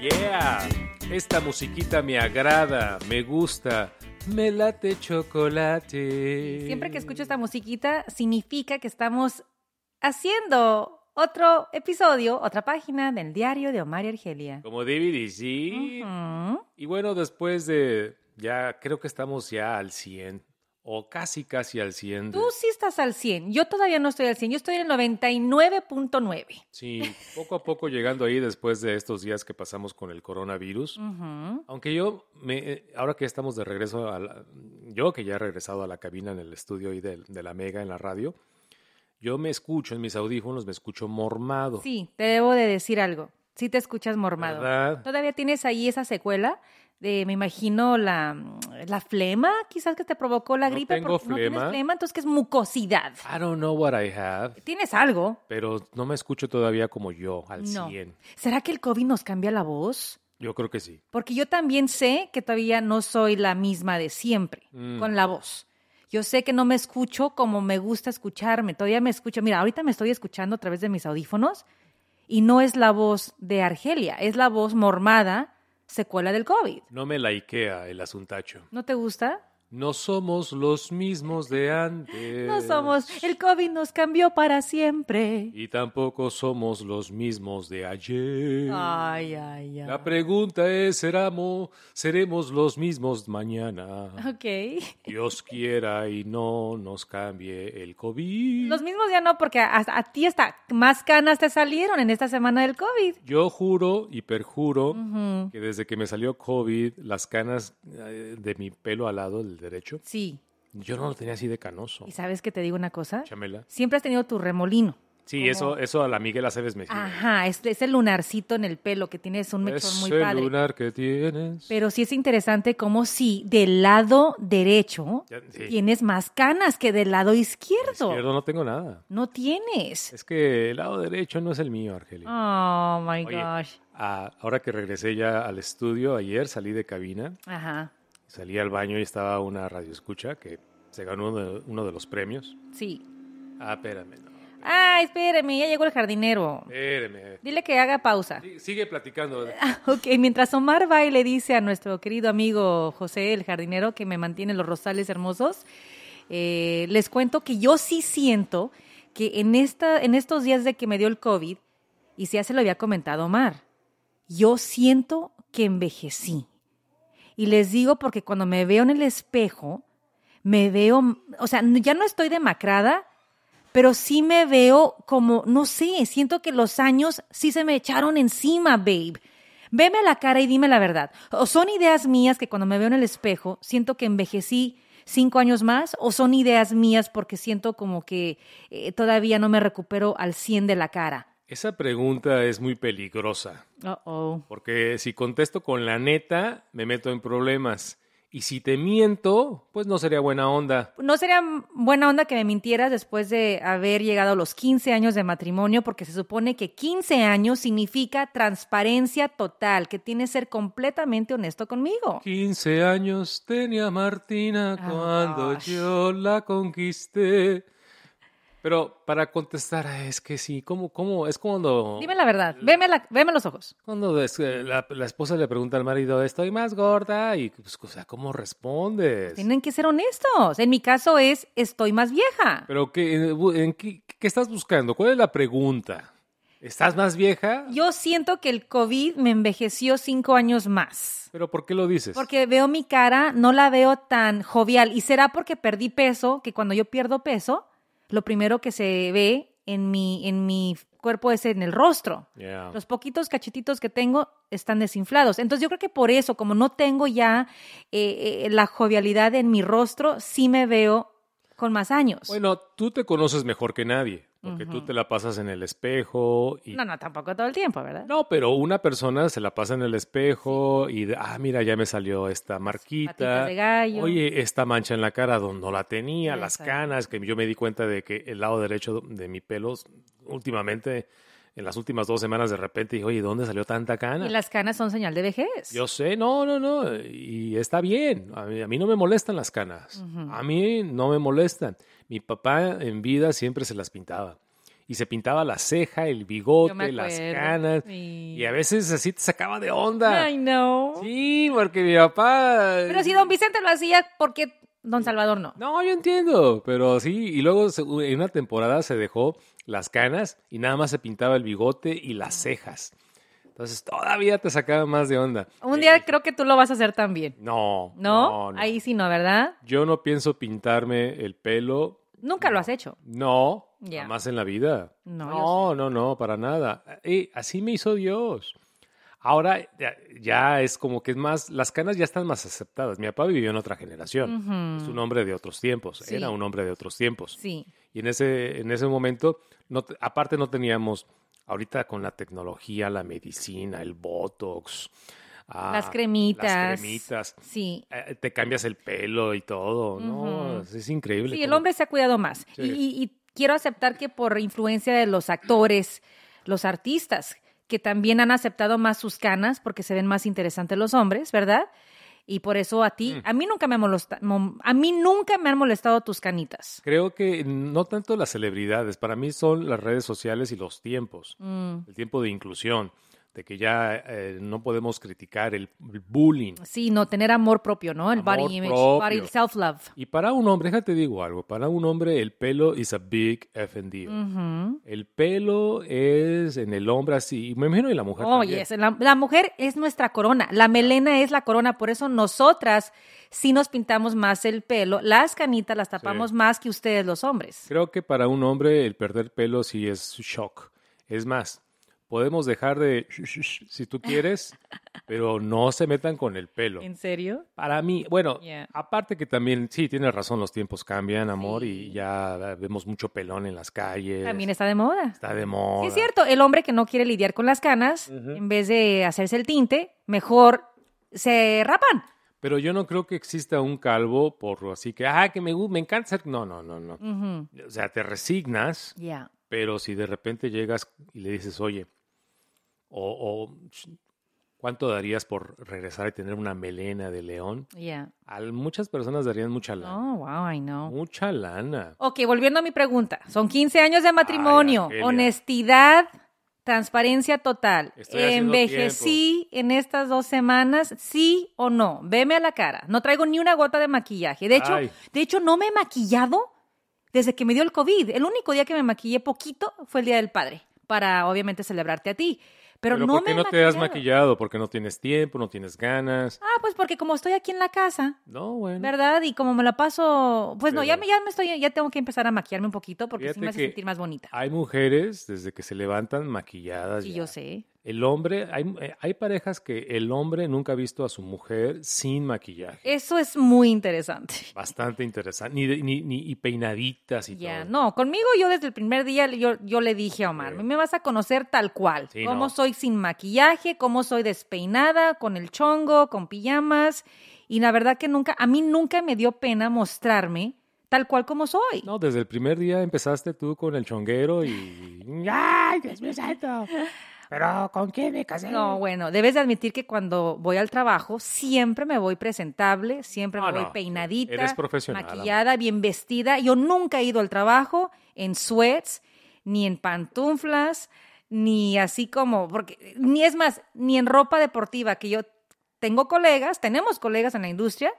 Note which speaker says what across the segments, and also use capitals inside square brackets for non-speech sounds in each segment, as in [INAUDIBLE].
Speaker 1: Yeah. Esta musiquita me agrada, me gusta. Me late chocolate.
Speaker 2: Siempre que escucho esta musiquita, significa que estamos haciendo otro episodio, otra página del diario de Omar y Argelia.
Speaker 1: Como DVD, sí.
Speaker 2: Ujú.
Speaker 1: Y bueno, después de. Ya creo que estamos ya al 100. O casi, casi al 100. de-
Speaker 2: Tú sí estás al 100. Yo todavía no estoy al 100. Yo estoy en el 99.9.
Speaker 1: Sí, poco a poco llegando ahí después de estos días que pasamos con el coronavirus.
Speaker 2: Ujú.
Speaker 1: Aunque yo, me, eh, ahora que estamos de regreso, a la- yo que ya he regresado a la cabina en el estudio ahí del- de, la Mega, en la radio, yo me escucho en mis audífonos, me escucho mormado.
Speaker 2: Sí, te debo de decir algo. Sí te escuchas mormado.
Speaker 1: ¿Verdad?
Speaker 2: Todavía tienes ahí esa secuela de, me imagino, la, la flema, quizás que te provocó la
Speaker 1: No
Speaker 2: gripe.
Speaker 1: tengo
Speaker 2: porque No
Speaker 1: flema.
Speaker 2: tienes flema, entonces que es mucosidad.
Speaker 1: I don't know what I have,
Speaker 2: Tienes algo.
Speaker 1: pero no me escucho todavía como yo, al
Speaker 2: No.
Speaker 1: 100.
Speaker 2: ¿Será que el COVID nos cambia la voz?
Speaker 1: Yo creo que sí.
Speaker 2: Porque yo también sé que todavía no soy la misma de siempre
Speaker 1: Mm.
Speaker 2: con la voz. Yo sé que no me escucho como me gusta escucharme. Todavía me escucho. Mira, ahorita me estoy escuchando a través de mis audífonos y no es la voz de Argelia, es la voz mormada, secuela del COVID.
Speaker 1: No me laikea el asuntacho.
Speaker 2: ¿No te gusta?
Speaker 1: No somos los mismos de antes.
Speaker 2: No somos. El COVID nos cambió para siempre.
Speaker 1: Y tampoco somos los mismos de ayer.
Speaker 2: Ah. Ay, ay, ay.
Speaker 1: La pregunta es, ¿seramos, seremos los mismos mañana?
Speaker 2: Ok.
Speaker 1: Dios quiera y no nos cambie el COVID.
Speaker 2: Los mismos ya no, porque a, a ti hasta más canas te salieron en esta semana del COVID.
Speaker 1: Yo juro y perjuro que desde que me salió COVID, las canas eh, de mi pelo alado, del derecho,
Speaker 2: Sí.
Speaker 1: yo no lo tenía así de canoso.
Speaker 2: ¿Y sabes que te digo una cosa?
Speaker 1: Chamela.
Speaker 2: Siempre has tenido tu remolino.
Speaker 1: Sí, eso, eso a la Miguel Aceves me sigue.
Speaker 2: Ajá, es ese lunarcito en el pelo que tienes Ah, un mechón
Speaker 1: Es
Speaker 2: muy
Speaker 1: el
Speaker 2: padre.
Speaker 1: lunar que tienes.
Speaker 2: Pero sí es interesante cómo si del lado derecho
Speaker 1: Ya, sí.
Speaker 2: tienes más canas que del lado izquierdo.
Speaker 1: Izquierdo no tengo nada.
Speaker 2: No tienes.
Speaker 1: Es que el lado derecho no es el mío, Argelia.
Speaker 2: Oh my
Speaker 1: Oye,
Speaker 2: gosh.
Speaker 1: ah, ahora que regresé ya al estudio, ayer salí de cabina,
Speaker 2: Ajá.
Speaker 1: salí al baño y estaba una radioescucha que se ganó uno de, uno de los premios.
Speaker 2: Sí.
Speaker 1: Ah, espérame, no,
Speaker 2: Ay, espérame, ya llegó el jardinero.
Speaker 1: espérame.
Speaker 2: Dile que haga pausa.
Speaker 1: Sí, Sigue platicando.
Speaker 2: [LAUGHS] Ok, mientras Omar va y le dice a nuestro querido amigo José, el jardinero que me mantiene los rosales hermosos, eh, les cuento que yo sí siento que en, esta, en estos días de que me dio el COVID, y si ya se lo había comentado Omar, yo siento que envejecí. Y les digo porque cuando me veo en el espejo, me veo, o sea, n- ya no estoy demacrada, pero sí me veo como, no sé, siento que los años sí se me echaron encima, babe. Veme a la cara y dime la verdad. O son ideas mías que cuando me veo en el espejo siento que envejecí cinco años más, o son ideas mías porque siento como que eh, todavía no me recupero al 100 de la cara.
Speaker 1: Esa pregunta es muy peligrosa,
Speaker 2: Uh oh.
Speaker 1: porque si contesto con la neta, me meto en problemas. Y si te miento, pues no sería buena onda.
Speaker 2: No sería buena onda que me mintieras después de haber llegado a los 15 años de matrimonio, porque se supone que 15 años significa transparencia total, que tienes que ser completamente honesto conmigo.
Speaker 1: 15 años tenía Martina
Speaker 2: Ah,
Speaker 1: cuando
Speaker 2: gosh.
Speaker 1: yo la conquisté. Pero para contestar, ah, es que sí, ¿cómo? cómo? Es cuando,
Speaker 2: Dime la verdad, veme, la- veme los ojos.
Speaker 1: cuando es, eh, la, la esposa le pregunta al marido, estoy más gorda, y pues, o sea, ¿cómo respondes?
Speaker 2: Tienen que ser honestos. En mi caso es, estoy más vieja.
Speaker 1: Pero, ¿qué, en- bu- en qué, qué estás buscando? ¿Cuál es la pregunta? ¿Estás más vieja?
Speaker 2: Yo siento que el COVID me envejeció cinco años más.
Speaker 1: ¿Pero por qué lo dices?
Speaker 2: Porque veo mi cara, no la veo tan jovial. Y será porque perdí peso, que cuando yo pierdo peso, lo primero que se ve en mi, en mi cuerpo es en el rostro.
Speaker 1: Yeah.
Speaker 2: Los poquitos cachetitos que tengo están desinflados. Entonces yo creo que por eso, como no tengo ya eh, eh, la jovialidad en mi rostro, sí me veo con más años.
Speaker 1: Bueno, tú te conoces mejor que nadie, porque tú te la pasas en el espejo y
Speaker 2: no, no, tampoco todo el tiempo, ¿verdad?
Speaker 1: No, pero una persona se la pasa en el espejo y, de- ah, mira, ya me salió esta marquita.
Speaker 2: Patitas de gallo.
Speaker 1: Oye, esta mancha en la cara donde no la tenía, las
Speaker 2: Exacto.
Speaker 1: canas, que yo me di cuenta de que el lado derecho de mi pelo últimamente, en las últimas dos semanas de repente dije, oye, ¿dónde salió tanta cana?
Speaker 2: Y las canas son señal de vejez.
Speaker 1: Yo sé, no, no, no, y está bien. A mí, a mí no me molestan las canas. A mí no me molestan. Mi papá en vida siempre se las pintaba. y se pintaba la ceja, el bigote,
Speaker 2: me
Speaker 1: las
Speaker 2: acuerdo.
Speaker 1: canas.
Speaker 2: Sí.
Speaker 1: Y a veces así te sacaba de onda.
Speaker 2: Ay, no.
Speaker 1: Sí, porque mi papá.
Speaker 2: Pero si don Vicente lo hacía, ¿por qué don Salvador no?
Speaker 1: No, yo entiendo, pero sí, y luego se- en una temporada se dejó las canas y nada más se pintaba el bigote y las cejas. Entonces todavía te sacaba más de onda.
Speaker 2: Un día creo que tú lo vas a hacer también.
Speaker 1: No,
Speaker 2: ¿No? Ahí sí no, ¿verdad?
Speaker 1: Yo no pienso pintarme el pelo,
Speaker 2: Nunca lo has hecho.
Speaker 1: no,
Speaker 2: Ya.
Speaker 1: jamás en la vida.
Speaker 2: No,
Speaker 1: no, no, no, para nada. Y así me hizo Dios. Ahora ya, ya es como que es más, las canas ya están más aceptadas. Mi papá vivió en otra generación.
Speaker 2: Ujú.
Speaker 1: Es un hombre de otros tiempos,
Speaker 2: Sí.
Speaker 1: era un hombre de otros tiempos.
Speaker 2: Sí.
Speaker 1: Y en ese, en ese momento, no te- aparte no teníamos, ahorita con la tecnología, la medicina, el Botox. ah,
Speaker 2: las cremitas.
Speaker 1: Las cremitas.
Speaker 2: Sí.
Speaker 1: eh, Te cambias el pelo y todo, ¿no?
Speaker 2: Ujú.
Speaker 1: Es, es increíble.
Speaker 2: Sí, el
Speaker 1: cómo-
Speaker 2: hombre se ha cuidado más.
Speaker 1: Sí.
Speaker 2: Y, y- y quiero aceptar que por influencia de los actores, los artistas, que también han aceptado más sus canas porque se ven más interesantes los hombres, ¿verdad? Y por eso a
Speaker 1: Mm.
Speaker 2: ti, a mí nunca me han molesta- mom- a mí nunca me han molestado tus canitas.
Speaker 1: Creo que no tanto las celebridades, para mí son las redes sociales y los tiempos.
Speaker 2: Mm,
Speaker 1: El tiempo de inclusión, de que ya eh, no podemos criticar el bullying.
Speaker 2: Sí, no, tener amor propio, ¿no? El
Speaker 1: Amor
Speaker 2: body image,
Speaker 1: propio.
Speaker 2: body self-love.
Speaker 1: Y para un hombre, déjate digo algo, para un hombre el pelo is a big effing deal.
Speaker 2: Ujú.
Speaker 1: El pelo es en el hombre así, y me imagino en la mujer
Speaker 2: Oh,
Speaker 1: también.
Speaker 2: yes. La, la mujer es nuestra corona, la melena es la corona, por eso nosotras sí nos pintamos más el pelo, las canitas las tapamos más que ustedes los hombres.
Speaker 1: Creo que para un hombre el perder pelo sí es shock. Es más, podemos dejar de si tú
Speaker 2: [LAUGHS]
Speaker 1: quieres, pero no se metan con el pelo.
Speaker 2: ¿En serio?
Speaker 1: Para mí, bueno,
Speaker 2: Yeah.
Speaker 1: aparte que también, sí, tienes razón, los tiempos cambian, amor, y ya vemos mucho pelón en las calles.
Speaker 2: También está de moda.
Speaker 1: está de moda.
Speaker 2: Sí, es cierto, el hombre que no quiere lidiar con las canas, en vez de hacerse el tinte, mejor se rapan.
Speaker 1: Pero yo no creo que exista un calvo por así que, ah, que me, gu- me encanta ser. No, no, no, no.
Speaker 2: Ujú.
Speaker 1: O sea, te resignas.
Speaker 2: Ya.
Speaker 1: Pero si de repente llegas y le dices, oye, o, o, ch- ¿cuánto darías por regresar y tener una melena de león?
Speaker 2: Ya.
Speaker 1: Al- muchas personas darían mucha lana.
Speaker 2: Oh, wow, I know.
Speaker 1: Mucha lana.
Speaker 2: Ok, volviendo a mi pregunta. Son 15 años de matrimonio,
Speaker 1: Argelia.
Speaker 2: honestidad, transparencia total.
Speaker 1: Estoy haciendo
Speaker 2: ¿Envejecí en estas dos semanas? ¿Sí o no? Veme a la cara. No traigo ni una gota de maquillaje. De hecho,
Speaker 1: Ay.
Speaker 2: de hecho no me he maquillado desde que me dio el COVID. El único día que me maquillé poquito fue el Día del Padre, para obviamente celebrarte a ti. Pero, no
Speaker 1: ¿por
Speaker 2: me
Speaker 1: qué
Speaker 2: he
Speaker 1: no te has
Speaker 2: maquillado.
Speaker 1: maquillado? Porque no tienes tiempo, no tienes ganas.
Speaker 2: Ah, pues porque como estoy aquí en la casa,
Speaker 1: No, bueno.
Speaker 2: ¿Verdad? Y como me la paso, pues no, ya
Speaker 1: Pero-
Speaker 2: me, ya me estoy, ya tengo que empezar a maquillarme un poquito porque sí
Speaker 1: Fíjate
Speaker 2: me hace
Speaker 1: que
Speaker 2: sentir más bonita.
Speaker 1: Hay mujeres desde que se levantan maquilladas.
Speaker 2: Sí,
Speaker 1: Ah, ya.
Speaker 2: yo sé.
Speaker 1: El hombre, hay, eh, hay parejas que el hombre nunca ha visto a su mujer sin maquillaje.
Speaker 2: Eso es muy interesante.
Speaker 1: Bastante interesante. Ni, de- ni, ni- y peinaditas y
Speaker 2: [LAUGHS] Ya,
Speaker 1: todo.
Speaker 2: no, conmigo yo desde el primer día yo, yo le dije a Omar,
Speaker 1: Sí.
Speaker 2: me vas a conocer tal cual,
Speaker 1: Sí,
Speaker 2: cómo
Speaker 1: no.
Speaker 2: soy sin maquillaje, cómo soy despeinada, con el chongo, con pijamas, y la verdad que nunca, a mí nunca me dio pena mostrarme tal cual como soy.
Speaker 1: No, desde el primer día empezaste tú con el chonguero
Speaker 2: [LAUGHS]
Speaker 1: y... ¡Ay, Dios mío santo! ¿Pero con quién me casé?
Speaker 2: No, bueno, debes de admitir que cuando voy al trabajo siempre me voy presentable, siempre me
Speaker 1: Ah,
Speaker 2: voy
Speaker 1: no.
Speaker 2: peinadita,
Speaker 1: Eres profesional,
Speaker 2: maquillada, bien vestida. Yo nunca he ido al trabajo en sweats, ni en pantuflas, ni así como, porque ni es más, ni en ropa deportiva, que yo tengo colegas, tenemos colegas en la industria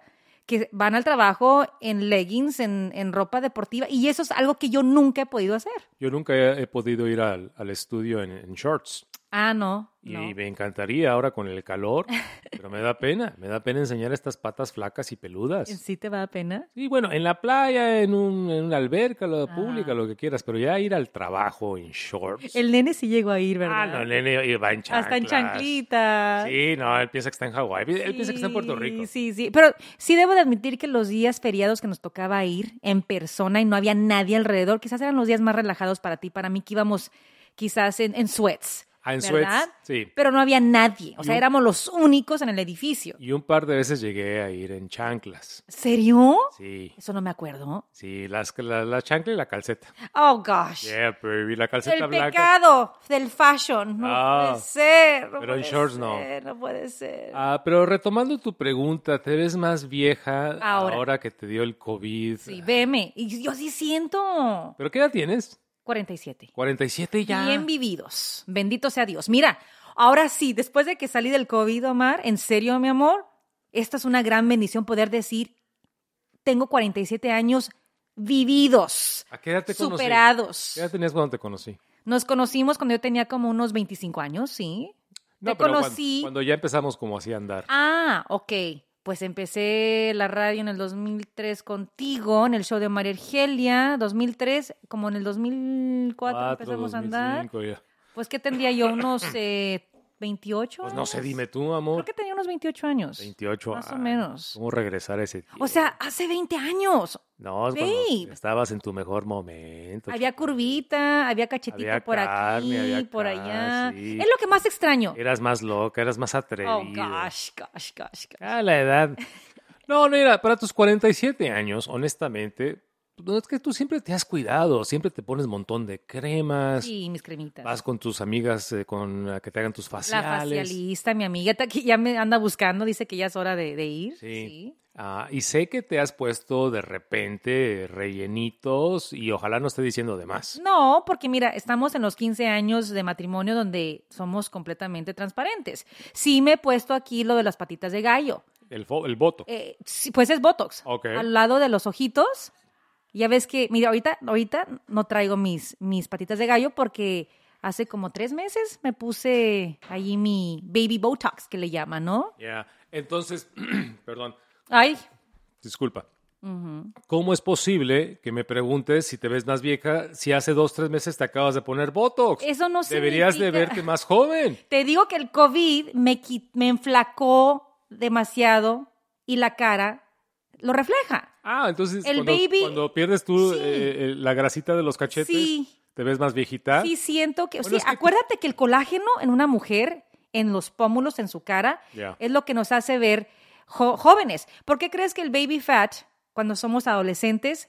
Speaker 2: que van al trabajo en leggings, en, en ropa deportiva, y eso es algo que yo nunca he podido hacer.
Speaker 1: Yo nunca he, he podido ir al, al estudio en, en shorts.
Speaker 2: Ah, no.
Speaker 1: Y
Speaker 2: no.
Speaker 1: me encantaría ahora con el
Speaker 2: [LAUGHS]
Speaker 1: calor, pero me da pena. Me da pena enseñar estas patas flacas y peludas.
Speaker 2: ¿Sí te da pena?
Speaker 1: Y bueno, en la playa, en, un, en una alberca lo-
Speaker 2: Ajá.
Speaker 1: pública, lo que quieras, pero ya ir al trabajo en shorts.
Speaker 2: El nene sí llegó a ir, ¿verdad?
Speaker 1: Ah, no, el nene va en chanclas.
Speaker 2: Hasta en chanclita.
Speaker 1: Sí, no, él piensa que está en Hawái. Él piensa que está en Puerto
Speaker 2: Sí,
Speaker 1: Rico.
Speaker 2: Sí, sí. Pero sí debo de admitir que los días feriados que nos tocaba ir en persona y no había nadie alrededor, quizás eran los días más relajados para ti, para mí que íbamos quizás en, en sweats.
Speaker 1: Ah, en
Speaker 2: ¿verdad?
Speaker 1: sweats, sí.
Speaker 2: Pero no había nadie. O sea,
Speaker 1: un-
Speaker 2: éramos los únicos en el edificio.
Speaker 1: Y un par de veces llegué a ir en chanclas.
Speaker 2: ¿Serio?
Speaker 1: Sí,
Speaker 2: Eso no me acuerdo.
Speaker 1: sí, las, la, la chancla y la calceta.
Speaker 2: Oh, gosh.
Speaker 1: Yeah, baby, la calceta
Speaker 2: El
Speaker 1: blanca.
Speaker 2: pecado del fashion. No
Speaker 1: Ah,
Speaker 2: puede ser. no
Speaker 1: pero en
Speaker 2: puede
Speaker 1: shorts no.
Speaker 2: ser, No puede ser.
Speaker 1: Ah, pero retomando tu pregunta, ¿te ves más vieja
Speaker 2: Ahora.
Speaker 1: ahora, que te dio el COVID?
Speaker 2: Sí, veme. Y yo sí siento.
Speaker 1: ¿Pero qué edad tienes?
Speaker 2: 47.
Speaker 1: 47 ya.
Speaker 2: Bien vividos. Bendito sea Dios. Mira, ahora sí, después de que salí del COVID, Omar, en serio, mi amor, esta es una gran bendición poder decir, tengo 47 años vividos,
Speaker 1: ¿A qué edad te conocí?
Speaker 2: superados.
Speaker 1: ¿Qué edad tenías cuando te conocí?
Speaker 2: Nos conocimos cuando yo tenía como unos 25 años, ¿sí? Te
Speaker 1: pero cuan-
Speaker 2: conocí.
Speaker 1: Cuando, ya empezamos como así a andar.
Speaker 2: Ah, ok. Pues empecé la radio en el 2003 contigo, en el show de María Argelia, 2003, como en el 2004
Speaker 1: Cuatro,
Speaker 2: empezamos
Speaker 1: 2005,
Speaker 2: a andar.
Speaker 1: ya.
Speaker 2: Pues que tendría yo unos eh, 28
Speaker 1: Pues no sé,
Speaker 2: años?
Speaker 1: dime tú, amor.
Speaker 2: Creo que tenía unos 28 años.
Speaker 1: 28
Speaker 2: Más o
Speaker 1: años.
Speaker 2: menos.
Speaker 1: ¿Cómo regresar a ese tiempo?
Speaker 2: O sea, hace 20 años.
Speaker 1: no, es cuando
Speaker 2: babe.
Speaker 1: estabas en tu mejor momento.
Speaker 2: Había curvita, había cachetito
Speaker 1: Había
Speaker 2: por
Speaker 1: carne,
Speaker 2: aquí,
Speaker 1: había
Speaker 2: por
Speaker 1: carne,
Speaker 2: allá.
Speaker 1: sí.
Speaker 2: Es lo que más extraño.
Speaker 1: Eras más loca, eras más atrevida.
Speaker 2: Oh, gosh, gosh, gosh, gosh.
Speaker 1: Ah, la
Speaker 2: [LAUGHS]
Speaker 1: edad. No, no, mira, para tus 47 años, honestamente, no, es que tú siempre te has cuidado, siempre te pones montón de cremas,
Speaker 2: Sí, mis cremitas.
Speaker 1: vas con tus amigas eh, con a que te hagan tus
Speaker 2: La
Speaker 1: faciales.
Speaker 2: facialista, mi amiga, ta- que ya me anda buscando, dice que ya es hora de, de ir.
Speaker 1: Sí.
Speaker 2: Sí.
Speaker 1: Ah, y sé que te has puesto de repente rellenitos y ojalá no esté diciendo de más.
Speaker 2: No, porque mira, estamos en los 15 años de matrimonio donde somos completamente transparentes. Sí me he puesto aquí lo de las patitas de gallo.
Speaker 1: El, fo- el voto.
Speaker 2: Eh, sí, pues es Botox.
Speaker 1: Ok.
Speaker 2: Al lado de los ojitos. Ya ves que, mira, ahorita, ahorita no traigo mis, mis patitas de gallo porque hace como tres meses me puse allí mi baby Botox, que le llaman, ¿no?
Speaker 1: Ya. Entonces, [CLEARS THROAT] perdón,
Speaker 2: Ay,
Speaker 1: disculpa. ¿Cómo es posible que me preguntes si te ves más vieja si hace dos, tres meses te acabas de poner Botox?
Speaker 2: Eso no
Speaker 1: Deberías de
Speaker 2: significa-
Speaker 1: verte más joven.
Speaker 2: [LAUGHS] Te digo que el COVID me, qui- me enflacó demasiado y la cara lo refleja.
Speaker 1: Ah, entonces
Speaker 2: El
Speaker 1: cuando,
Speaker 2: baby-
Speaker 1: cuando pierdes tú
Speaker 2: Sí.
Speaker 1: eh, eh, la grasita de los cachetes,
Speaker 2: Sí.
Speaker 1: te ves más viejita.
Speaker 2: Sí, siento que.
Speaker 1: Bueno,
Speaker 2: sí,
Speaker 1: es que-
Speaker 2: acuérdate que el colágeno en una mujer, en los pómulos, en su cara,
Speaker 1: Ya.
Speaker 2: es lo que nos hace ver jo- jóvenes. ¿Por qué crees que el baby fat, cuando somos adolescentes,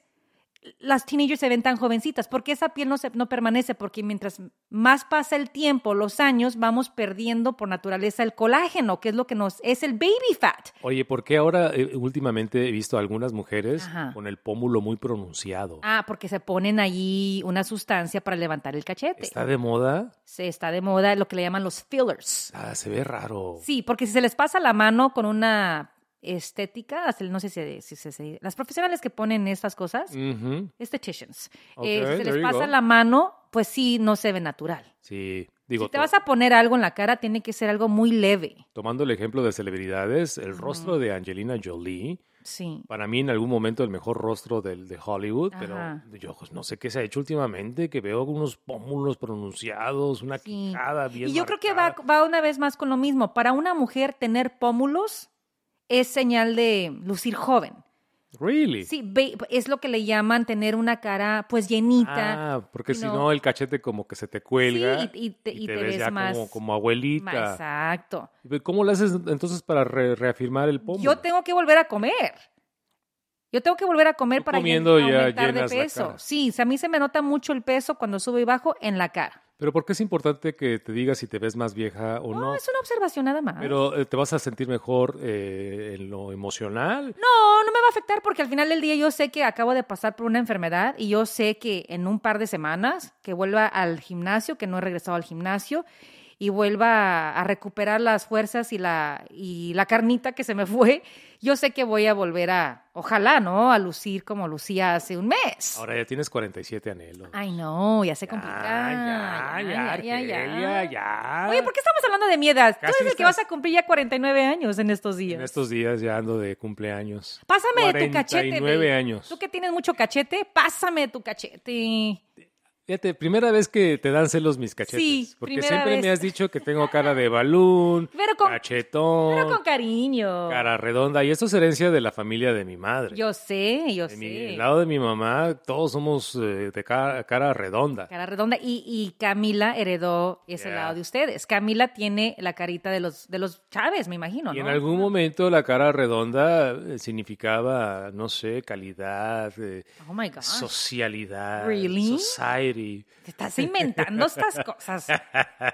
Speaker 2: las teenagers se ven tan jovencitas? Porque esa piel no, se, no permanece, porque mientras más pasa el tiempo, los años, vamos perdiendo por naturaleza el colágeno, que es lo que nos. es el baby fat.
Speaker 1: Oye, ¿por qué ahora eh, últimamente he visto a algunas mujeres
Speaker 2: Ajá.
Speaker 1: con el pómulo muy pronunciado?
Speaker 2: Ah, porque se ponen allí una sustancia para levantar el cachete.
Speaker 1: ¿Está de moda?
Speaker 2: Se está de moda lo que le llaman los fillers.
Speaker 1: Ah, se ve raro.
Speaker 2: Sí, porque si se les pasa la mano con una estética, hasta- no sé si, si- si- si- las profesionales que ponen estas cosas,
Speaker 1: Ujú.
Speaker 2: estheticians,
Speaker 1: Ok,
Speaker 2: eh, si se
Speaker 1: there
Speaker 2: les
Speaker 1: you
Speaker 2: pasa
Speaker 1: go.
Speaker 2: la mano, pues sí, no se ve natural.
Speaker 1: Sí, digo,
Speaker 2: si te
Speaker 1: to-
Speaker 2: vas a poner algo en la cara, tiene que ser algo muy leve.
Speaker 1: tomando el ejemplo de celebridades, el rostro de Angelina Jolie,
Speaker 2: Sí.
Speaker 1: para mí en algún momento el mejor rostro del, de Hollywood,
Speaker 2: Ajá.
Speaker 1: pero yo pues, no sé qué se ha hecho últimamente, que veo unos pómulos pronunciados, una
Speaker 2: Sí.
Speaker 1: quijada bien
Speaker 2: Y yo creo que va,
Speaker 1: marcada.
Speaker 2: va una vez más con lo mismo. Para una mujer tener pómulos es señal de lucir joven.
Speaker 1: Really?
Speaker 2: Sí, ve- es lo que le llaman tener una cara pues llenita.
Speaker 1: Ah, porque
Speaker 2: you
Speaker 1: si no
Speaker 2: know.
Speaker 1: el cachete como que se te cuelga
Speaker 2: Sí, y- y te- y te ves
Speaker 1: ya
Speaker 2: más-
Speaker 1: como, como abuelita.
Speaker 2: Exacto.
Speaker 1: ¿Cómo le haces entonces para re- reafirmar el pómulo?
Speaker 2: Yo tengo que volver a comer. Yo tengo que volver a comer
Speaker 1: Tú
Speaker 2: para llen-
Speaker 1: comiendo ya
Speaker 2: aumentar de
Speaker 1: llenas la
Speaker 2: peso.
Speaker 1: cara.
Speaker 2: Sí, o sea, a mí se me nota mucho el peso cuando subo y bajo en la cara.
Speaker 1: Pero ¿por qué es importante que te digas si te ves más vieja o
Speaker 2: No,
Speaker 1: no?
Speaker 2: es una observación nada más.
Speaker 1: Pero eh, te vas a sentir mejor eh, en lo emocional.
Speaker 2: No, no me va a afectar porque al final del día yo sé que acabo de pasar por una enfermedad y yo sé que en un par de semanas que vuelva al gimnasio, que no he regresado al gimnasio y vuelva a, a recuperar las fuerzas y la y la carnita que se me fue, yo sé que voy a volver a, ojalá, ¿no? A lucir como lucía hace un mes.
Speaker 1: Ahora ya tienes 47 anhelos.
Speaker 2: Ay, no, ya se
Speaker 1: Ya,
Speaker 2: complica.
Speaker 1: ya, ya, Argelia, ya.
Speaker 2: Oye, ¿por qué estamos hablando de mi edad? Tú
Speaker 1: Casi
Speaker 2: eres el que
Speaker 1: estás-
Speaker 2: vas a cumplir ya 49 años en estos días.
Speaker 1: En estos días ya ando de cumpleaños.
Speaker 2: Pásame de tu cachete.
Speaker 1: 49
Speaker 2: babe.
Speaker 1: años.
Speaker 2: Tú que tienes mucho cachete, pásame de tu cachete.
Speaker 1: Fíjate, primera vez que te dan celos mis cachetes.
Speaker 2: Sí,
Speaker 1: porque
Speaker 2: primera
Speaker 1: siempre me
Speaker 2: vez.
Speaker 1: has dicho que tengo cara
Speaker 2: [LAUGHS]
Speaker 1: de balón,
Speaker 2: Pero con-
Speaker 1: cachetón,
Speaker 2: Pero con cariño.
Speaker 1: cara redonda. Y esto es herencia de la familia de mi madre.
Speaker 2: Yo sé, yo
Speaker 1: De
Speaker 2: sé.
Speaker 1: mi- el lado de mi mamá, todos somos eh, de cara, cara redonda.
Speaker 2: Cara redonda. Y, y Camila heredó ese
Speaker 1: Yeah.
Speaker 2: lado de ustedes. Camila tiene la carita de los, de los Chávez, me imagino,
Speaker 1: Y en
Speaker 2: ¿no?
Speaker 1: algún momento la cara redonda eh, significaba, no sé, calidad, eh,
Speaker 2: Oh my God.
Speaker 1: socialidad,
Speaker 2: Really?
Speaker 1: society. y...
Speaker 2: Te estás inventando estas
Speaker 1: [LAUGHS]
Speaker 2: cosas.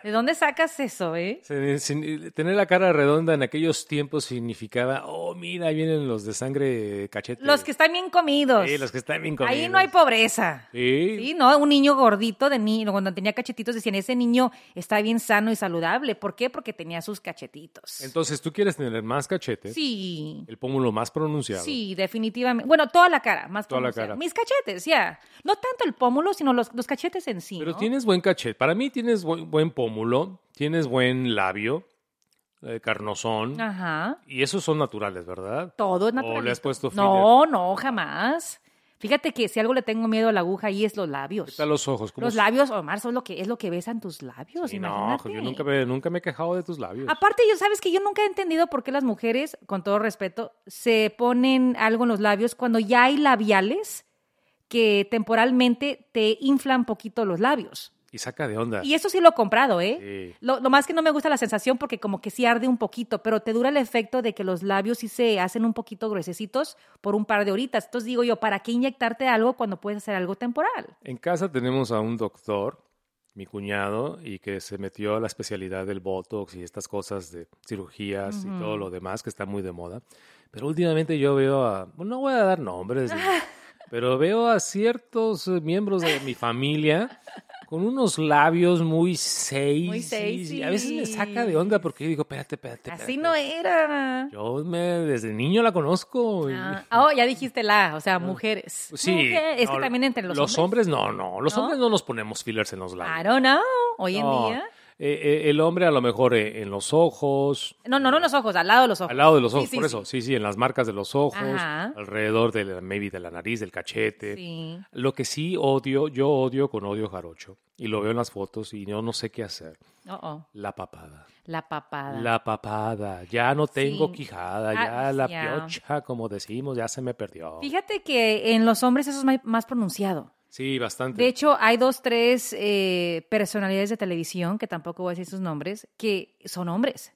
Speaker 2: ¿De dónde sacas eso, eh?
Speaker 1: Sin- sin- tener la cara redonda en aquellos tiempos significaba, oh, mira, ahí vienen los de sangre cachete.
Speaker 2: Los que están bien comidos.
Speaker 1: Sí, los que están bien
Speaker 2: Ahí
Speaker 1: comidos.
Speaker 2: no hay pobreza.
Speaker 1: Sí.
Speaker 2: Sí, ¿no? Un niño gordito de niño, cuando tenía cachetitos, decían, ese niño está bien sano y saludable. ¿Por qué? Porque tenía sus cachetitos.
Speaker 1: Entonces, tú quieres tener más cachete,
Speaker 2: sí.
Speaker 1: el pómulo más pronunciado.
Speaker 2: Sí, definitivamente. Bueno, toda la cara, más
Speaker 1: Toda la
Speaker 2: pronunciada.
Speaker 1: cara.
Speaker 2: Mis cachetes, ya. No tanto el pómulo, sino los, los cachetes en sí.
Speaker 1: Pero
Speaker 2: ¿no?
Speaker 1: tienes buen cachete. Para mí tienes buen, buen pómulo, tienes buen labio, eh, carnosón.
Speaker 2: Ah. Ajá.
Speaker 1: Y esos son naturales, ¿verdad?
Speaker 2: Todo es natural.
Speaker 1: ¿O le has puesto filler?
Speaker 2: No, no, jamás. Fíjate que si algo le tengo miedo a la aguja ahí es los labios.
Speaker 1: ¿Qué tal los ojos? ¿Cómo
Speaker 2: Los
Speaker 1: son?
Speaker 2: labios, Omar, son lo que, es lo que besan tus labios,
Speaker 1: Sí, no,
Speaker 2: imagínate. Ah,
Speaker 1: yo nunca me, nunca me he quejado de tus labios.
Speaker 2: Aparte, yo sabes que yo nunca he entendido por qué las mujeres, con todo respeto, se ponen algo en los labios cuando ya hay labiales que temporalmente te inflan poquito los labios.
Speaker 1: Y saca de onda.
Speaker 2: Y eso sí lo he comprado, ¿eh?
Speaker 1: Ah. Sí.
Speaker 2: Lo, lo más que no me gusta la sensación porque como que sí arde un poquito, pero te dura el efecto de que los labios sí se hacen un poquito gruesecitos por un par de horitas. Entonces digo yo, ¿para qué inyectarte algo cuando puedes hacer algo temporal?
Speaker 1: En casa tenemos a un doctor, mi cuñado, y que se metió a la especialidad del Botox y estas cosas de cirugías y todo lo demás que está muy de moda. Pero últimamente yo veo a, bueno, no voy a dar nombres,
Speaker 2: [LAUGHS]
Speaker 1: ni- pero veo a ciertos eh, miembros de mi familia con unos labios muy seis. y a veces me saca de onda porque yo digo, espérate, espérate.
Speaker 2: Así
Speaker 1: espérate.
Speaker 2: no era.
Speaker 1: Yo me, desde niño la conozco. y- [LAUGHS]
Speaker 2: Ah, oh, ya dijiste la, o sea, mujeres.
Speaker 1: Ah. Sí,
Speaker 2: Mujeres. Es
Speaker 1: no,
Speaker 2: que también entre los,
Speaker 1: hombres. no, no. Los
Speaker 2: ¿No?
Speaker 1: hombres no nos ponemos fillers en los labios.
Speaker 2: I don't know, hoy en
Speaker 1: No,
Speaker 2: día.
Speaker 1: eh, eh, el hombre a lo mejor eh, en los ojos,
Speaker 2: No, no, no en los ojos, al lado de los ojos.
Speaker 1: al lado de los
Speaker 2: Sí,
Speaker 1: ojos,
Speaker 2: sí,
Speaker 1: por
Speaker 2: sí.
Speaker 1: eso, sí, sí, en las marcas de los ojos,
Speaker 2: Ajá.
Speaker 1: alrededor de la, maybe de la nariz, del cachete.
Speaker 2: Sí.
Speaker 1: Lo que sí odio, yo odio con odio jarocho, y lo veo en las fotos y yo no sé qué hacer.
Speaker 2: Oh, oh,
Speaker 1: La papada.
Speaker 2: La papada.
Speaker 1: La papada. Ya no tengo
Speaker 2: Sí.
Speaker 1: quijada,
Speaker 2: Ah,
Speaker 1: ya la
Speaker 2: ya.
Speaker 1: piocha, como decimos, ya se me perdió.
Speaker 2: Fíjate que en los hombres eso es ma- más pronunciado.
Speaker 1: Sí, bastante.
Speaker 2: De hecho, hay dos, tres eh, personalidades de televisión, que tampoco voy a decir sus nombres, que son hombres,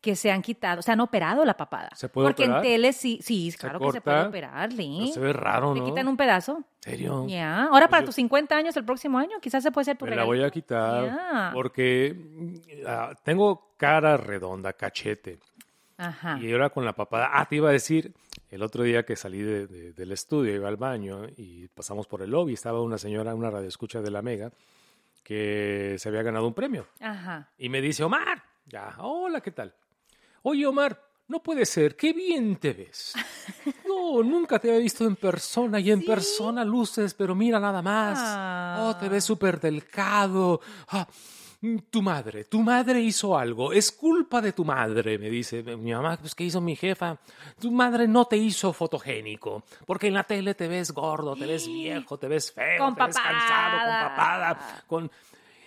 Speaker 2: que se han quitado, se han operado la papada.
Speaker 1: ¿Se puede
Speaker 2: Porque
Speaker 1: operar?
Speaker 2: en tele sí, sí, claro que se
Speaker 1: corta,
Speaker 2: puede operar, Lin.
Speaker 1: pero se ve raro,
Speaker 2: Te
Speaker 1: ¿no?
Speaker 2: quitan un pedazo.
Speaker 1: ¿En serio?
Speaker 2: Ya. Ahora
Speaker 1: Pues
Speaker 2: para
Speaker 1: yo-
Speaker 2: tus 50 años el próximo año, quizás se puede hacer tu
Speaker 1: Me la voy a quitar
Speaker 2: Ya.
Speaker 1: porque mm, ah, tengo cara redonda, cachete.
Speaker 2: Ajá.
Speaker 1: Y ahora con la papada. Ah, te iba a decir, el otro día que salí de- de- del estudio, iba al baño y pasamos por el lobby. Estaba una señora, una radioescucha de la Mega, que se había ganado un premio.
Speaker 2: Ajá.
Speaker 1: Y me dice, Omar, ya, hola, ¿qué tal? Oye, Omar, no puede ser, qué bien te ves. No, nunca te había visto en persona y en persona luces, pero mira nada más. Oh, te ves súper delicado. Ah, mm, tu madre, tu madre hizo algo, es culpa de tu madre, me dice mi mamá, pues que hizo mi jefa. Tu madre no te hizo fotogénico, porque en la tele te ves gordo, te ves viejo, te ves feo,
Speaker 2: Con
Speaker 1: te ves cansado,
Speaker 2: papada.
Speaker 1: con papada, con...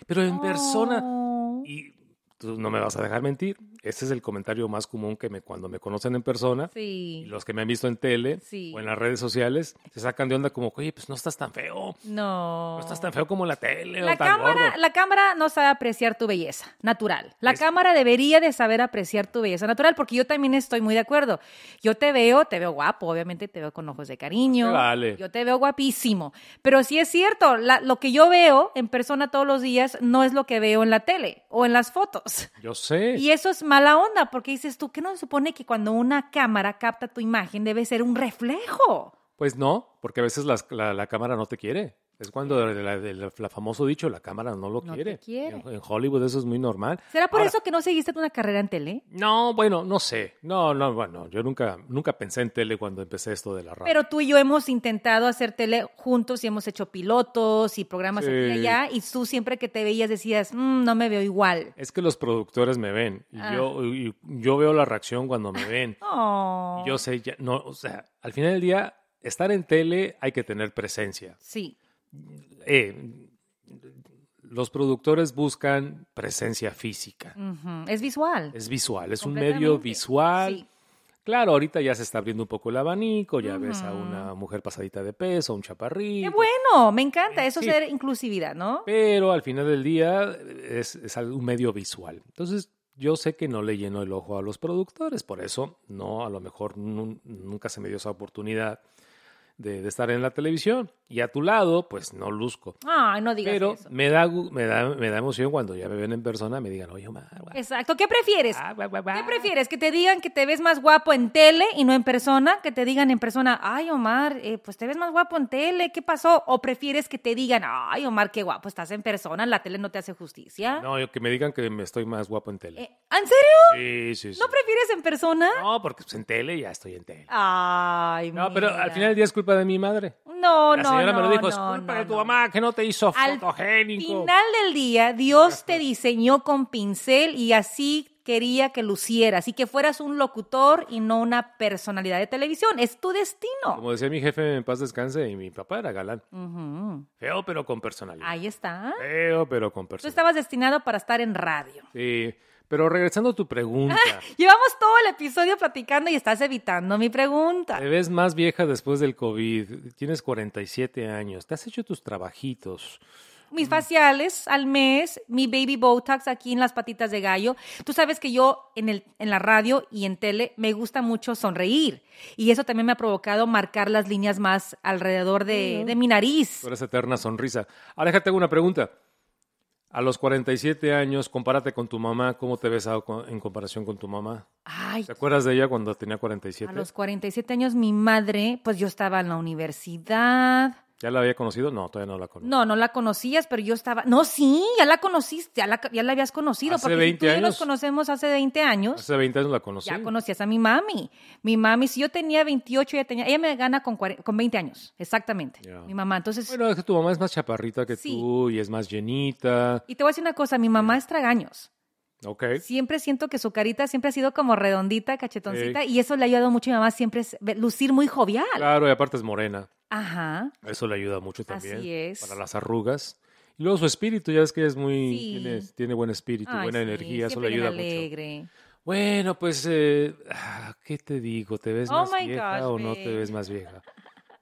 Speaker 1: Pero en persona,
Speaker 2: Oh.
Speaker 1: y tú no me vas a dejar mentir, este es el comentario más común que me, cuando me conocen en persona, y
Speaker 2: Sí.
Speaker 1: los que me han visto en tele
Speaker 2: Sí.
Speaker 1: o en las redes sociales, se sacan de onda como, oye, pues no estás tan feo,
Speaker 2: No.
Speaker 1: no estás tan feo como en la tele
Speaker 2: La
Speaker 1: o tan
Speaker 2: cámara,
Speaker 1: gordo.
Speaker 2: la cámara no sabe apreciar tu belleza natural. La
Speaker 1: Es-
Speaker 2: cámara debería de saber apreciar tu belleza natural, porque yo también estoy muy de acuerdo. Yo te veo, te veo guapo, obviamente te veo con ojos de cariño.
Speaker 1: Ah, Te vale.
Speaker 2: Yo te veo guapísimo. Pero sí es cierto, la- lo que yo veo en persona todos los días no es lo que veo en la tele o en las fotos.
Speaker 1: Yo sé.
Speaker 2: Y eso es mala onda, porque dices tú, ¿qué no se supone que cuando una cámara capta tu imagen debe ser un reflejo?
Speaker 1: Pues no, porque a veces las- la, la cámara no te quiere. Es cuando el, el- el- la famoso dicho, la cámara no lo
Speaker 2: No te
Speaker 1: quiere.
Speaker 2: quiere.
Speaker 1: En, en Hollywood eso es muy normal.
Speaker 2: ¿Será por
Speaker 1: Ahora,
Speaker 2: eso que no seguiste una carrera en tele?
Speaker 1: No, bueno, no sé. No, no, bueno, yo nunca, nunca pensé en tele cuando empecé esto de la radio.
Speaker 2: Pero tú y yo hemos intentado hacer tele juntos y hemos hecho pilotos y programas aquí y
Speaker 1: Sí.
Speaker 2: allá. Y tú siempre que te veías decías, "Mm, no me veo igual.
Speaker 1: Es que los productores me ven y
Speaker 2: Ah.
Speaker 1: yo, y yo veo la reacción cuando me ven.
Speaker 2: Oh.
Speaker 1: Y yo sé, ya, no, o sea, al final del día, estar en tele hay que tener presencia.
Speaker 2: Sí,
Speaker 1: Eh, los productores buscan presencia física.
Speaker 2: ujú, es visual.
Speaker 1: Es visual, es un medio
Speaker 2: Mm. Completamente.
Speaker 1: visual.
Speaker 2: Sí.
Speaker 1: Claro, ahorita ya se está abriendo un poco el abanico, ya ves a una mujer pasadita de peso, un
Speaker 2: Qué
Speaker 1: chaparrito.
Speaker 2: bueno, me encanta. Eso
Speaker 1: Sí.
Speaker 2: ser inclusividad, ¿no?
Speaker 1: Pero al final del día es, es al- un medio visual. Entonces, yo sé que no le lleno el ojo a los productores, por eso no, a lo mejor nun- nunca se me dio esa oportunidad de, de estar en la televisión. Y a tu lado, pues no luzco.
Speaker 2: Ay, no digas
Speaker 1: Pero
Speaker 2: eso.
Speaker 1: me da, gu- me, da, me da emoción cuando ya me ven en persona, me digan, oye, Omar, guau,
Speaker 2: Exacto. ¿Qué prefieres?
Speaker 1: guau, guau, guau,
Speaker 2: ¿Qué
Speaker 1: guau".
Speaker 2: prefieres? ¿Que te digan que te ves más guapo en tele y no en persona? ¿Que te digan en persona, ay Omar, eh, pues te ves más guapo en tele, ¿qué pasó? ¿O prefieres que te digan, ay Omar, qué guapo estás en persona, la tele no te hace justicia?
Speaker 1: No, yo- que me digan que me estoy más guapo en tele.
Speaker 2: Eh, ¿En serio?
Speaker 1: Sí, sí, sí.
Speaker 2: ¿No prefieres en persona?
Speaker 1: No, porque pues, en tele ya estoy en tele.
Speaker 2: Ay,
Speaker 1: No, pero
Speaker 2: mira.
Speaker 1: al final del día es culpa de mi madre.
Speaker 2: No,
Speaker 1: la
Speaker 2: no,
Speaker 1: señora me
Speaker 2: no,
Speaker 1: lo dijo,
Speaker 2: no,
Speaker 1: es culpa
Speaker 2: no,
Speaker 1: de tu
Speaker 2: no.
Speaker 1: mamá que no te hizo
Speaker 2: Al
Speaker 1: fotogénico.
Speaker 2: final del día, Dios te diseñó con pincel y así quería que lucieras y que fueras un locutor y no una personalidad de televisión. Es tu destino.
Speaker 1: Como decía mi jefe, en paz descanse, y mi papá era galán.
Speaker 2: Mm. Ujú.
Speaker 1: Feo, pero con personalidad.
Speaker 2: Ahí está.
Speaker 1: Feo, pero con
Speaker 2: Tú
Speaker 1: personalidad.
Speaker 2: estabas destinado para estar en radio.
Speaker 1: Sí, pero regresando a tu
Speaker 2: [LAUGHS]
Speaker 1: pregunta,
Speaker 2: Llevamos todo el episodio platicando y estás evitando mi pregunta.
Speaker 1: te ves más vieja después del COVID, tienes 47 años, te has hecho tus trabajitos.
Speaker 2: Mis faciales al mes, mi baby Botox aquí en las patitas de gallo. Tú sabes que yo en, el, en la radio y en tele me gusta mucho sonreír. Y eso también me ha provocado marcar las líneas más alrededor de, de mi nariz.
Speaker 1: Por esa eterna sonrisa. Ahora déjate hago una pregunta. A los 47 años, compárate con tu mamá. ¿Cómo te ves a- en comparación con tu mamá?
Speaker 2: Ay,
Speaker 1: ¿Te acuerdas de ella cuando tenía
Speaker 2: a
Speaker 1: 47?
Speaker 2: los 47 años mi madre, pues yo estaba en la universidad.
Speaker 1: ¿Ya la había conocido? No, todavía no la conozco.
Speaker 2: No, no la conocías, pero yo estaba. No, sí, ya la conociste, ya la, ya la habías conocido.
Speaker 1: Hace
Speaker 2: porque si
Speaker 1: 20
Speaker 2: tú y yo nos
Speaker 1: años.
Speaker 2: conocemos hace 20 años.
Speaker 1: Hace 20 años la conocí.
Speaker 2: Ya conocías a mi mami. Mi mami, si yo tenía 28, ella, tenía, ella me gana con, cuare- con 20 años, exactamente.
Speaker 1: Ya.
Speaker 2: Mi mamá, entonces.
Speaker 1: Bueno, es que tu mamá es más chaparrita que
Speaker 2: Sí.
Speaker 1: tú y es más llenita.
Speaker 2: y te voy a decir una cosa, mi mamá es tragaños.
Speaker 1: Ok.
Speaker 2: Siempre siento que su carita siempre ha sido como redondita, cachetoncita, y eso le ha ayudado mucho a mi mamá siempre es ve- lucir muy jovial.
Speaker 1: Claro, y aparte es morena.
Speaker 2: Ajá.
Speaker 1: Eso le ayuda mucho también.
Speaker 2: Así es.
Speaker 1: Para las arrugas. Y luego su espíritu, ya ves que ella es muy.
Speaker 2: Sí.
Speaker 1: Tiene, tiene buen espíritu,
Speaker 2: Ay,
Speaker 1: buena
Speaker 2: sí,
Speaker 1: energía, eso
Speaker 2: siempre
Speaker 1: le
Speaker 2: bien
Speaker 1: ayuda mucho.
Speaker 2: alegre.
Speaker 1: Bueno, pues, eh, ah, ¿qué te digo? ¿Te ves
Speaker 2: Oh
Speaker 1: más
Speaker 2: my
Speaker 1: vieja
Speaker 2: gosh,
Speaker 1: o no te
Speaker 2: babe.
Speaker 1: ves más vieja?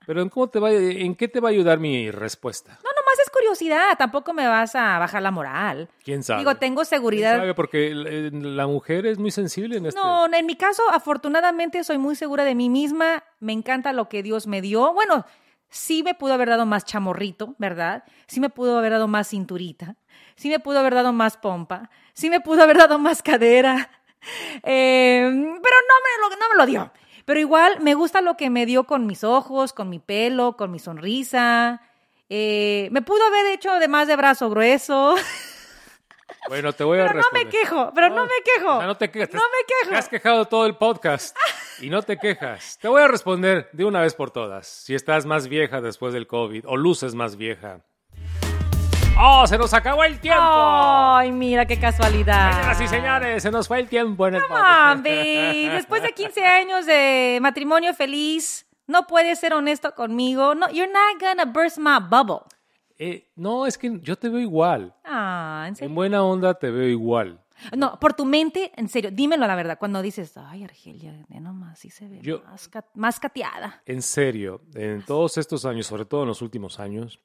Speaker 1: Pero ¿en, cómo te va, ¿en qué te va a ayudar mi respuesta?
Speaker 2: No, nomás es curiosidad, tampoco me vas a bajar la moral.
Speaker 1: ¿Quién sabe?
Speaker 2: Digo, tengo
Speaker 1: ¿Quién
Speaker 2: seguridad.
Speaker 1: sabe? Porque eh, la mujer es muy sensible en este.
Speaker 2: No, en mi caso, afortunadamente soy muy segura de mí misma, me encanta lo que Dios me dio. Bueno, sí me pudo haber dado más chamorrito, ¿verdad? Sí me pudo haber dado más cinturita, sí me pudo haber dado más pompa, sí me pudo haber dado más cadera, [LAUGHS] Eh, pero no me, lo, no me lo dio. Pero igual me gusta lo que me dio con mis ojos, con mi pelo, con mi sonrisa. Eh, me pudo haber hecho además de brazo grueso. [LAUGHS]
Speaker 1: Bueno, te voy a
Speaker 2: Pero no
Speaker 1: responder.
Speaker 2: me quejo, pero no, me quejo.
Speaker 1: O sea, no te quejas.
Speaker 2: No me quejo.
Speaker 1: Te has quejado todo el podcast y no te quejas. Te voy a responder de una vez por todas. Si estás más vieja después del COVID o luces más vieja. ¡Oh, se nos acabó el tiempo!
Speaker 2: Ay, mira qué casualidad.
Speaker 1: Señoras y señores, se nos fue el tiempo en el
Speaker 2: Come
Speaker 1: podcast.
Speaker 2: on, babe. Después de 15 años de matrimonio feliz, no puedes ser honesto conmigo. No, you're not gonna burst my bubble.
Speaker 1: Eh, no, es que yo te veo igual.
Speaker 2: Ah, en serio.
Speaker 1: En buena onda te veo igual.
Speaker 2: No, por tu mente, en serio, dímelo la verdad. Cuando dices, ay, Argelia, ya nomás, sí se ve
Speaker 1: Yo-
Speaker 2: más, ca- más cateada.
Speaker 1: En serio, en todos estos años, sobre todo en los últimos años,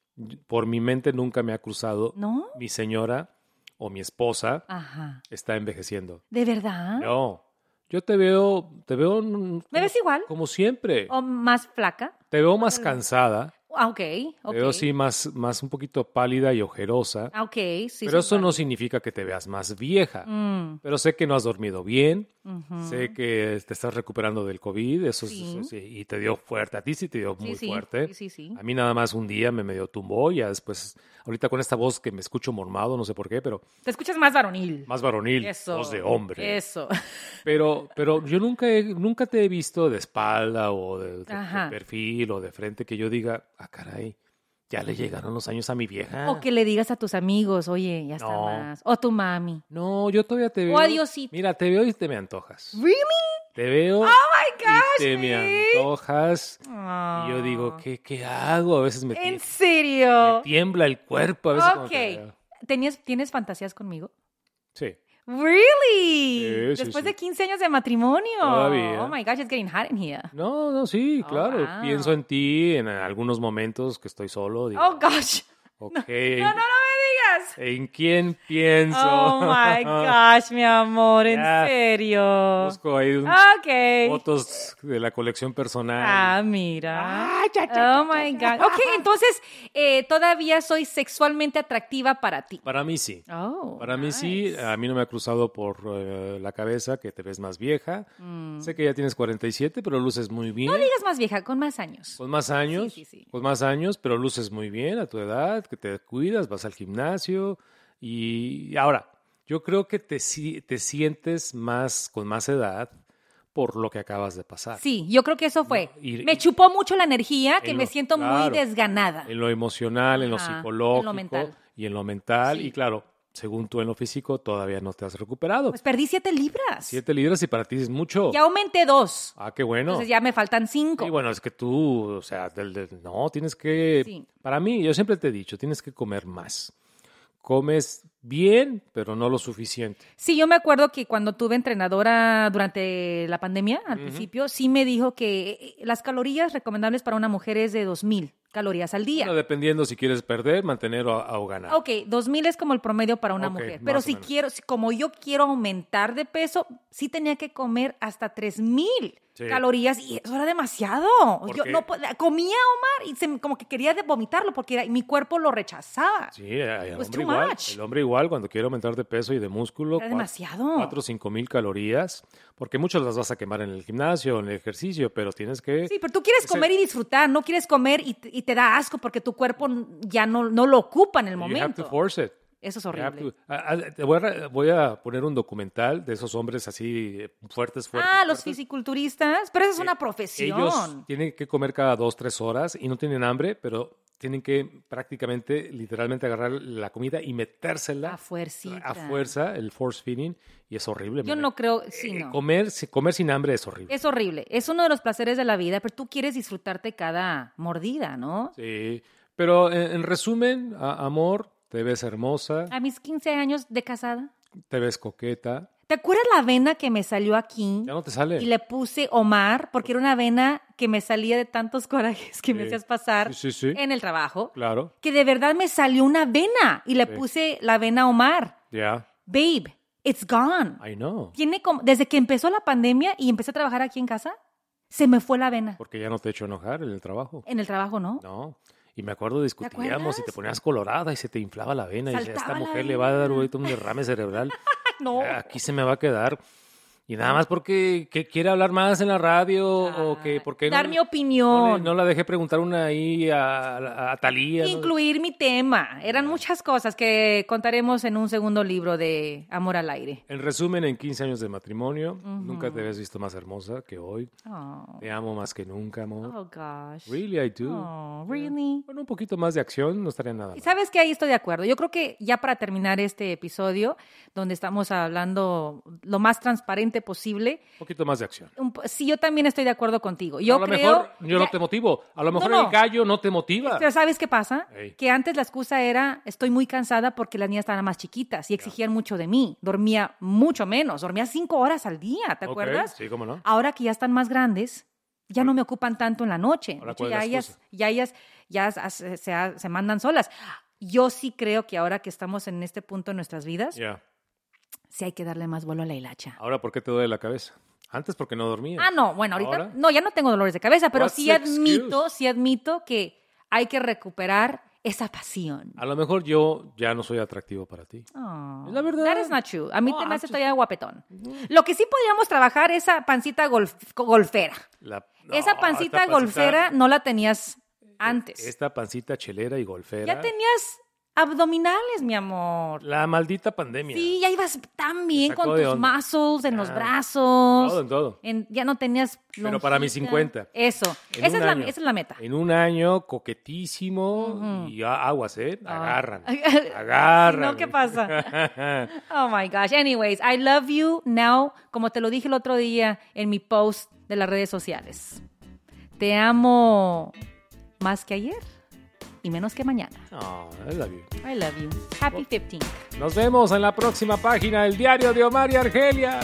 Speaker 1: por mi mente nunca me ha cruzado
Speaker 2: ¿No?
Speaker 1: mi señora o mi esposa
Speaker 2: Ajá.
Speaker 1: está envejeciendo.
Speaker 2: ¿De verdad?
Speaker 1: No, yo te veo, te veo mm,
Speaker 2: ¿Me ves igual?
Speaker 1: como siempre.
Speaker 2: ¿O más flaca?
Speaker 1: Te veo más cansada,
Speaker 2: Ah, ok, ok.
Speaker 1: te veo sí más, más un poquito pálida y ojerosa,
Speaker 2: Ah, ok, sí.
Speaker 1: pero
Speaker 2: sí,
Speaker 1: eso
Speaker 2: claro.
Speaker 1: no significa que te veas más vieja.
Speaker 2: Mm.
Speaker 1: Pero sé que no has dormido bien,
Speaker 2: Ujú.
Speaker 1: sé que te estás recuperando del COVID, eso, es-
Speaker 2: Sí.
Speaker 1: eso sí, y te dio fuerte, a ti sí te dio
Speaker 2: Sí,
Speaker 1: muy
Speaker 2: sí,
Speaker 1: fuerte.
Speaker 2: sí, sí, sí.
Speaker 1: A mí nada más un día me medio tumbó, ya después, ahorita con esta voz que me escucho mormado, no sé por qué, pero
Speaker 2: Te escuchas más varonil.
Speaker 1: más varonil,
Speaker 2: Eso.
Speaker 1: voz de hombre.
Speaker 2: Eso.
Speaker 1: Pero, pero yo nunca, he- nunca te he visto de espalda o de, de- de
Speaker 2: Ajá.
Speaker 1: perfil o de frente que yo diga, ah, caray, ya le llegaron los años a mi vieja.
Speaker 2: O que le digas a tus amigos, oye, ya está
Speaker 1: No.
Speaker 2: más. O tu mami.
Speaker 1: No, yo todavía te veo.
Speaker 2: a Diosito.
Speaker 1: Mira, te veo y te me antojas.
Speaker 2: ¿Really?
Speaker 1: Te veo
Speaker 2: my Oh, gosh,
Speaker 1: y te
Speaker 2: babe.
Speaker 1: me antojas.
Speaker 2: Ah.
Speaker 1: Y yo digo, ¿qué, qué hago? A veces me, tie-
Speaker 2: ¿En
Speaker 1: me
Speaker 2: serio?
Speaker 1: tiembla el cuerpo. A veces cuando te
Speaker 2: Ok.
Speaker 1: veo.
Speaker 2: ¿Tenías, ¿Tienes fantasías conmigo?
Speaker 1: Sí.
Speaker 2: ¿Really?
Speaker 1: Sí, sí,
Speaker 2: Después
Speaker 1: sí.
Speaker 2: de 15 años de matrimonio.
Speaker 1: Todavía.
Speaker 2: Oh my gosh, it's getting hot in here.
Speaker 1: No, no, sí,
Speaker 2: Oh,
Speaker 1: claro.
Speaker 2: wow.
Speaker 1: Pienso en ti en algunos momentos que estoy solo. Digo,
Speaker 2: Oh gosh.
Speaker 1: ok.
Speaker 2: Oh, No, no, no me piensas?
Speaker 1: ¿En quién pienso?
Speaker 2: Oh
Speaker 1: [LAUGHS]
Speaker 2: my gosh, mi amor, en
Speaker 1: Ya.
Speaker 2: serio.
Speaker 1: Busco ahí un-
Speaker 2: Ok.
Speaker 1: fotos de la colección personal.
Speaker 2: Ah, mira.
Speaker 1: Ah, ya, ya, ya,
Speaker 2: oh my God. Ok, entonces eh, todavía soy sexualmente atractiva para ti.
Speaker 1: Para mí sí.
Speaker 2: Oh,
Speaker 1: Para mí sí,
Speaker 2: nice.
Speaker 1: a mí no me ha cruzado por eh, la cabeza que te ves más vieja. Sé que ya tienes 47, pero luces muy bien.
Speaker 2: Mm. No digas más vieja, con más años.
Speaker 1: Con más años,
Speaker 2: sí, sí.
Speaker 1: con más años, pero luces muy bien a tu edad, que te cuidas, vas al gimnasio y ahora yo creo que te, si- te sientes más con más edad por lo que acabas de pasar.
Speaker 2: Sí, yo creo que eso fue.
Speaker 1: No, y-
Speaker 2: me
Speaker 1: y-
Speaker 2: chupó mucho la energía, que
Speaker 1: en
Speaker 2: me
Speaker 1: lo-
Speaker 2: siento
Speaker 1: claro,
Speaker 2: muy desganada.
Speaker 1: En lo emocional, en lo
Speaker 2: Ajá, en lo
Speaker 1: psicológico
Speaker 2: mental.
Speaker 1: y en lo mental
Speaker 2: Sí.
Speaker 1: y claro, según tú en lo físico todavía no te has recuperado.
Speaker 2: Pues perdí siete libras.
Speaker 1: Siete libras y para ti es mucho.
Speaker 2: Ya aumenté dos.
Speaker 1: Ah, qué bueno.
Speaker 2: Entonces ya me faltan cinco.
Speaker 1: Y bueno, es que tú, o sea, del- del- no, tienes que,
Speaker 2: Sí.
Speaker 1: para mí, yo siempre te he dicho, tienes que comer más. Comes bien, pero no lo suficiente.
Speaker 2: Sí, yo me acuerdo que cuando tuve entrenadora durante la pandemia, al principio, sí me dijo que eh, las calorías recomendables para una mujer es de 2.000 calorías al día.
Speaker 1: Bueno, dependiendo si quieres perder, mantener o, o ganar.
Speaker 2: Ok, 2.000 es como el promedio para una
Speaker 1: Ok,
Speaker 2: mujer.
Speaker 1: más
Speaker 2: Pero
Speaker 1: o
Speaker 2: si
Speaker 1: menos.
Speaker 2: quiero, si como yo quiero aumentar de peso, sí tenía que comer hasta 3.000
Speaker 1: Sí.
Speaker 2: calorías y eso era demasiado.
Speaker 1: ¿Por
Speaker 2: Yo
Speaker 1: qué?
Speaker 2: no po- comía, Omar, y se me- como que quería de- vomitarlo porque era- mi cuerpo lo rechazaba.
Speaker 1: Sí, eh, el
Speaker 2: Pues
Speaker 1: hombre
Speaker 2: too
Speaker 1: igual.
Speaker 2: much.
Speaker 1: El hombre igual, cuando quiere aumentar de peso y de músculo.
Speaker 2: Era
Speaker 1: cua-
Speaker 2: demasiado.
Speaker 1: Cuatro o cinco mil calorías, porque muchas las vas a quemar en el gimnasio, en el ejercicio, pero tienes que...
Speaker 2: Sí, pero tú quieres
Speaker 1: Ese-
Speaker 2: comer y disfrutar, no quieres comer y, te- y te da asco porque tu cuerpo n- ya no, no lo ocupa en el
Speaker 1: You have to
Speaker 2: momento.
Speaker 1: force it.
Speaker 2: Eso es
Speaker 1: You have
Speaker 2: horrible.
Speaker 1: to- ah, ah, te voy, a, re- voy a poner un documental de esos hombres así eh, fuertes, fuertes.
Speaker 2: Ah, los
Speaker 1: fuertes. Eh,
Speaker 2: fisiculturistas, pero esa es una
Speaker 1: Ellos
Speaker 2: profesión.
Speaker 1: tienen que comer cada dos, tres horas y no tienen hambre, pero tienen que prácticamente, literalmente agarrar la comida y metérsela
Speaker 2: A fuercita.
Speaker 1: a fuerza, el force feeding, y es horrible.
Speaker 2: Yo
Speaker 1: mira.
Speaker 2: no creo, sí,
Speaker 1: Eh,
Speaker 2: no.
Speaker 1: comer, si- comer sin hambre es horrible.
Speaker 2: Es horrible, es uno de los placeres de la vida, pero tú quieres disfrutarte cada mordida, ¿no?
Speaker 1: Sí. Pero en, en resumen, a- amor, te ves hermosa,
Speaker 2: A mis 15 años de casada.
Speaker 1: te ves coqueta.
Speaker 2: ¿Te acuerdas la vena que me salió aquí?
Speaker 1: Ya no te sale.
Speaker 2: Y le puse Omar, porque era una vena que me salía de tantos [LAUGHS] corajes que me
Speaker 1: Sí.
Speaker 2: hacías pasar
Speaker 1: Sí, sí, sí.
Speaker 2: en el trabajo.
Speaker 1: Claro,
Speaker 2: que de verdad me salió una vena y le
Speaker 1: Sí.
Speaker 2: puse la vena a Omar.
Speaker 1: ya.
Speaker 2: Babe, it's gone.
Speaker 1: I know.
Speaker 2: Tiene como, desde que empezó la pandemia y empecé a trabajar aquí en casa, se me fue la vena.
Speaker 1: Porque ya no te he hecho enojar en el trabajo.
Speaker 2: En el trabajo, ¿no?
Speaker 1: No. Y me acuerdo, discutíamos y te
Speaker 2: acuerdas?
Speaker 1: ponías colorada y se te inflaba la vena. y decía,
Speaker 2: Saltaba
Speaker 1: esta
Speaker 2: la
Speaker 1: mujer le va a dar
Speaker 2: vena".
Speaker 1: ahorita un derrame cerebral.
Speaker 2: Ay, [LAUGHS] no.
Speaker 1: Ah, Aquí se me va a quedar. Y nada más porque que quiere hablar más en la radio o que porque
Speaker 2: Ah. Dar
Speaker 1: no,
Speaker 2: mi
Speaker 1: no, le-
Speaker 2: opinión.
Speaker 1: no la dejé preguntar una ahí a, a, a Talía. ¿no?
Speaker 2: Incluir mi tema.
Speaker 1: Ah.
Speaker 2: Eran muchas cosas que contaremos en un segundo libro de Amor al Aire.
Speaker 1: En resumen, en 15 años de matrimonio, nunca te habías visto más hermosa que hoy.
Speaker 2: Oh,
Speaker 1: Te amo más que nunca, amor.
Speaker 2: oh gosh.
Speaker 1: Really, I do.
Speaker 2: Oh, really?
Speaker 1: Bueno, un poquito más de acción no estaría nada.
Speaker 2: Y
Speaker 1: mal.
Speaker 2: sabes que ahí estoy de acuerdo. Yo creo que ya para terminar este episodio, donde estamos hablando lo más transparente posible,
Speaker 1: Un poquito más de acción.
Speaker 2: un po- sí, yo también estoy de acuerdo contigo. Yo
Speaker 1: a lo
Speaker 2: creo.
Speaker 1: mejor yo no
Speaker 2: ya-
Speaker 1: te motivo. A lo mejor
Speaker 2: no. Este
Speaker 1: el gallo no te motiva.
Speaker 2: pero ¿sabes qué pasa?
Speaker 1: Ey.
Speaker 2: Que antes la excusa era estoy muy cansada porque las niñas estaban más chiquitas y exigían mucho de mí. Dormía mucho menos, dormía cinco horas al día, ¿te
Speaker 1: Ok,
Speaker 2: acuerdas?
Speaker 1: Sí, cómo no.
Speaker 2: Ahora que ya están más grandes, ya no me ocupan tanto en la noche.
Speaker 1: Ahora,
Speaker 2: De hecho,
Speaker 1: ¿cuál es
Speaker 2: ya,
Speaker 1: la
Speaker 2: ellas,
Speaker 1: excusa?
Speaker 2: ya ellas ya as- eh, se, se- se mandan solas. Yo sí creo que ahora que estamos en este punto en nuestras vidas,
Speaker 1: Ya. Ah,
Speaker 2: sí hay que darle más vuelo a la hilacha.
Speaker 1: Ahora, ¿por qué te duele la cabeza? Antes porque no dormía.
Speaker 2: Ah, no, bueno, ahorita
Speaker 1: Ahora.
Speaker 2: no, ya no tengo dolores de cabeza, pero
Speaker 1: What's
Speaker 2: sí
Speaker 1: the excuse?
Speaker 2: admito, sí admito que hay que recuperar esa pasión.
Speaker 1: A lo mejor yo ya no soy atractivo para ti.
Speaker 2: Oh,
Speaker 1: Ah, La verdad.
Speaker 2: That is not true. A mí
Speaker 1: No,
Speaker 2: te me hace
Speaker 1: I'm
Speaker 2: todavía guapetón. Lo que sí podríamos trabajar esa pancita golf- golfera.
Speaker 1: La-
Speaker 2: esa
Speaker 1: No, Eh,
Speaker 2: pancita,
Speaker 1: esta
Speaker 2: golfera no la tenías antes.
Speaker 1: Esta pancita chelera y golfera.
Speaker 2: Ya tenías abdominales, mi amor.
Speaker 1: La maldita pandemia.
Speaker 2: Sí, ya ibas tan bien
Speaker 1: sacó
Speaker 2: con
Speaker 1: de
Speaker 2: tus
Speaker 1: onda.
Speaker 2: muscles en
Speaker 1: Ya.
Speaker 2: los
Speaker 1: Todo en
Speaker 2: brazos.
Speaker 1: todo.
Speaker 2: En- ya no tenías.
Speaker 1: Pero para mis
Speaker 2: lonjita.
Speaker 1: 50.
Speaker 2: Eso.
Speaker 1: En un
Speaker 2: Esa es, la,
Speaker 1: año.
Speaker 2: esa es la meta.
Speaker 1: En un año coquetísimo
Speaker 2: Ujú.
Speaker 1: y a- aguas, ¿eh?
Speaker 2: [LAUGHS]
Speaker 1: Agarran.
Speaker 2: Ah.
Speaker 1: Agarran.
Speaker 2: No,
Speaker 1: [LAUGHS]
Speaker 2: ¿qué pasa? Oh my gosh. Anyways, I love you now, como te lo dije el otro día en mi post de las redes sociales. Te amo más que ayer y menos que mañana.
Speaker 1: No, I love you. Oh.
Speaker 2: I love you. Happy 15th.
Speaker 1: Nos vemos en la próxima página del diario de Omar y Argelia.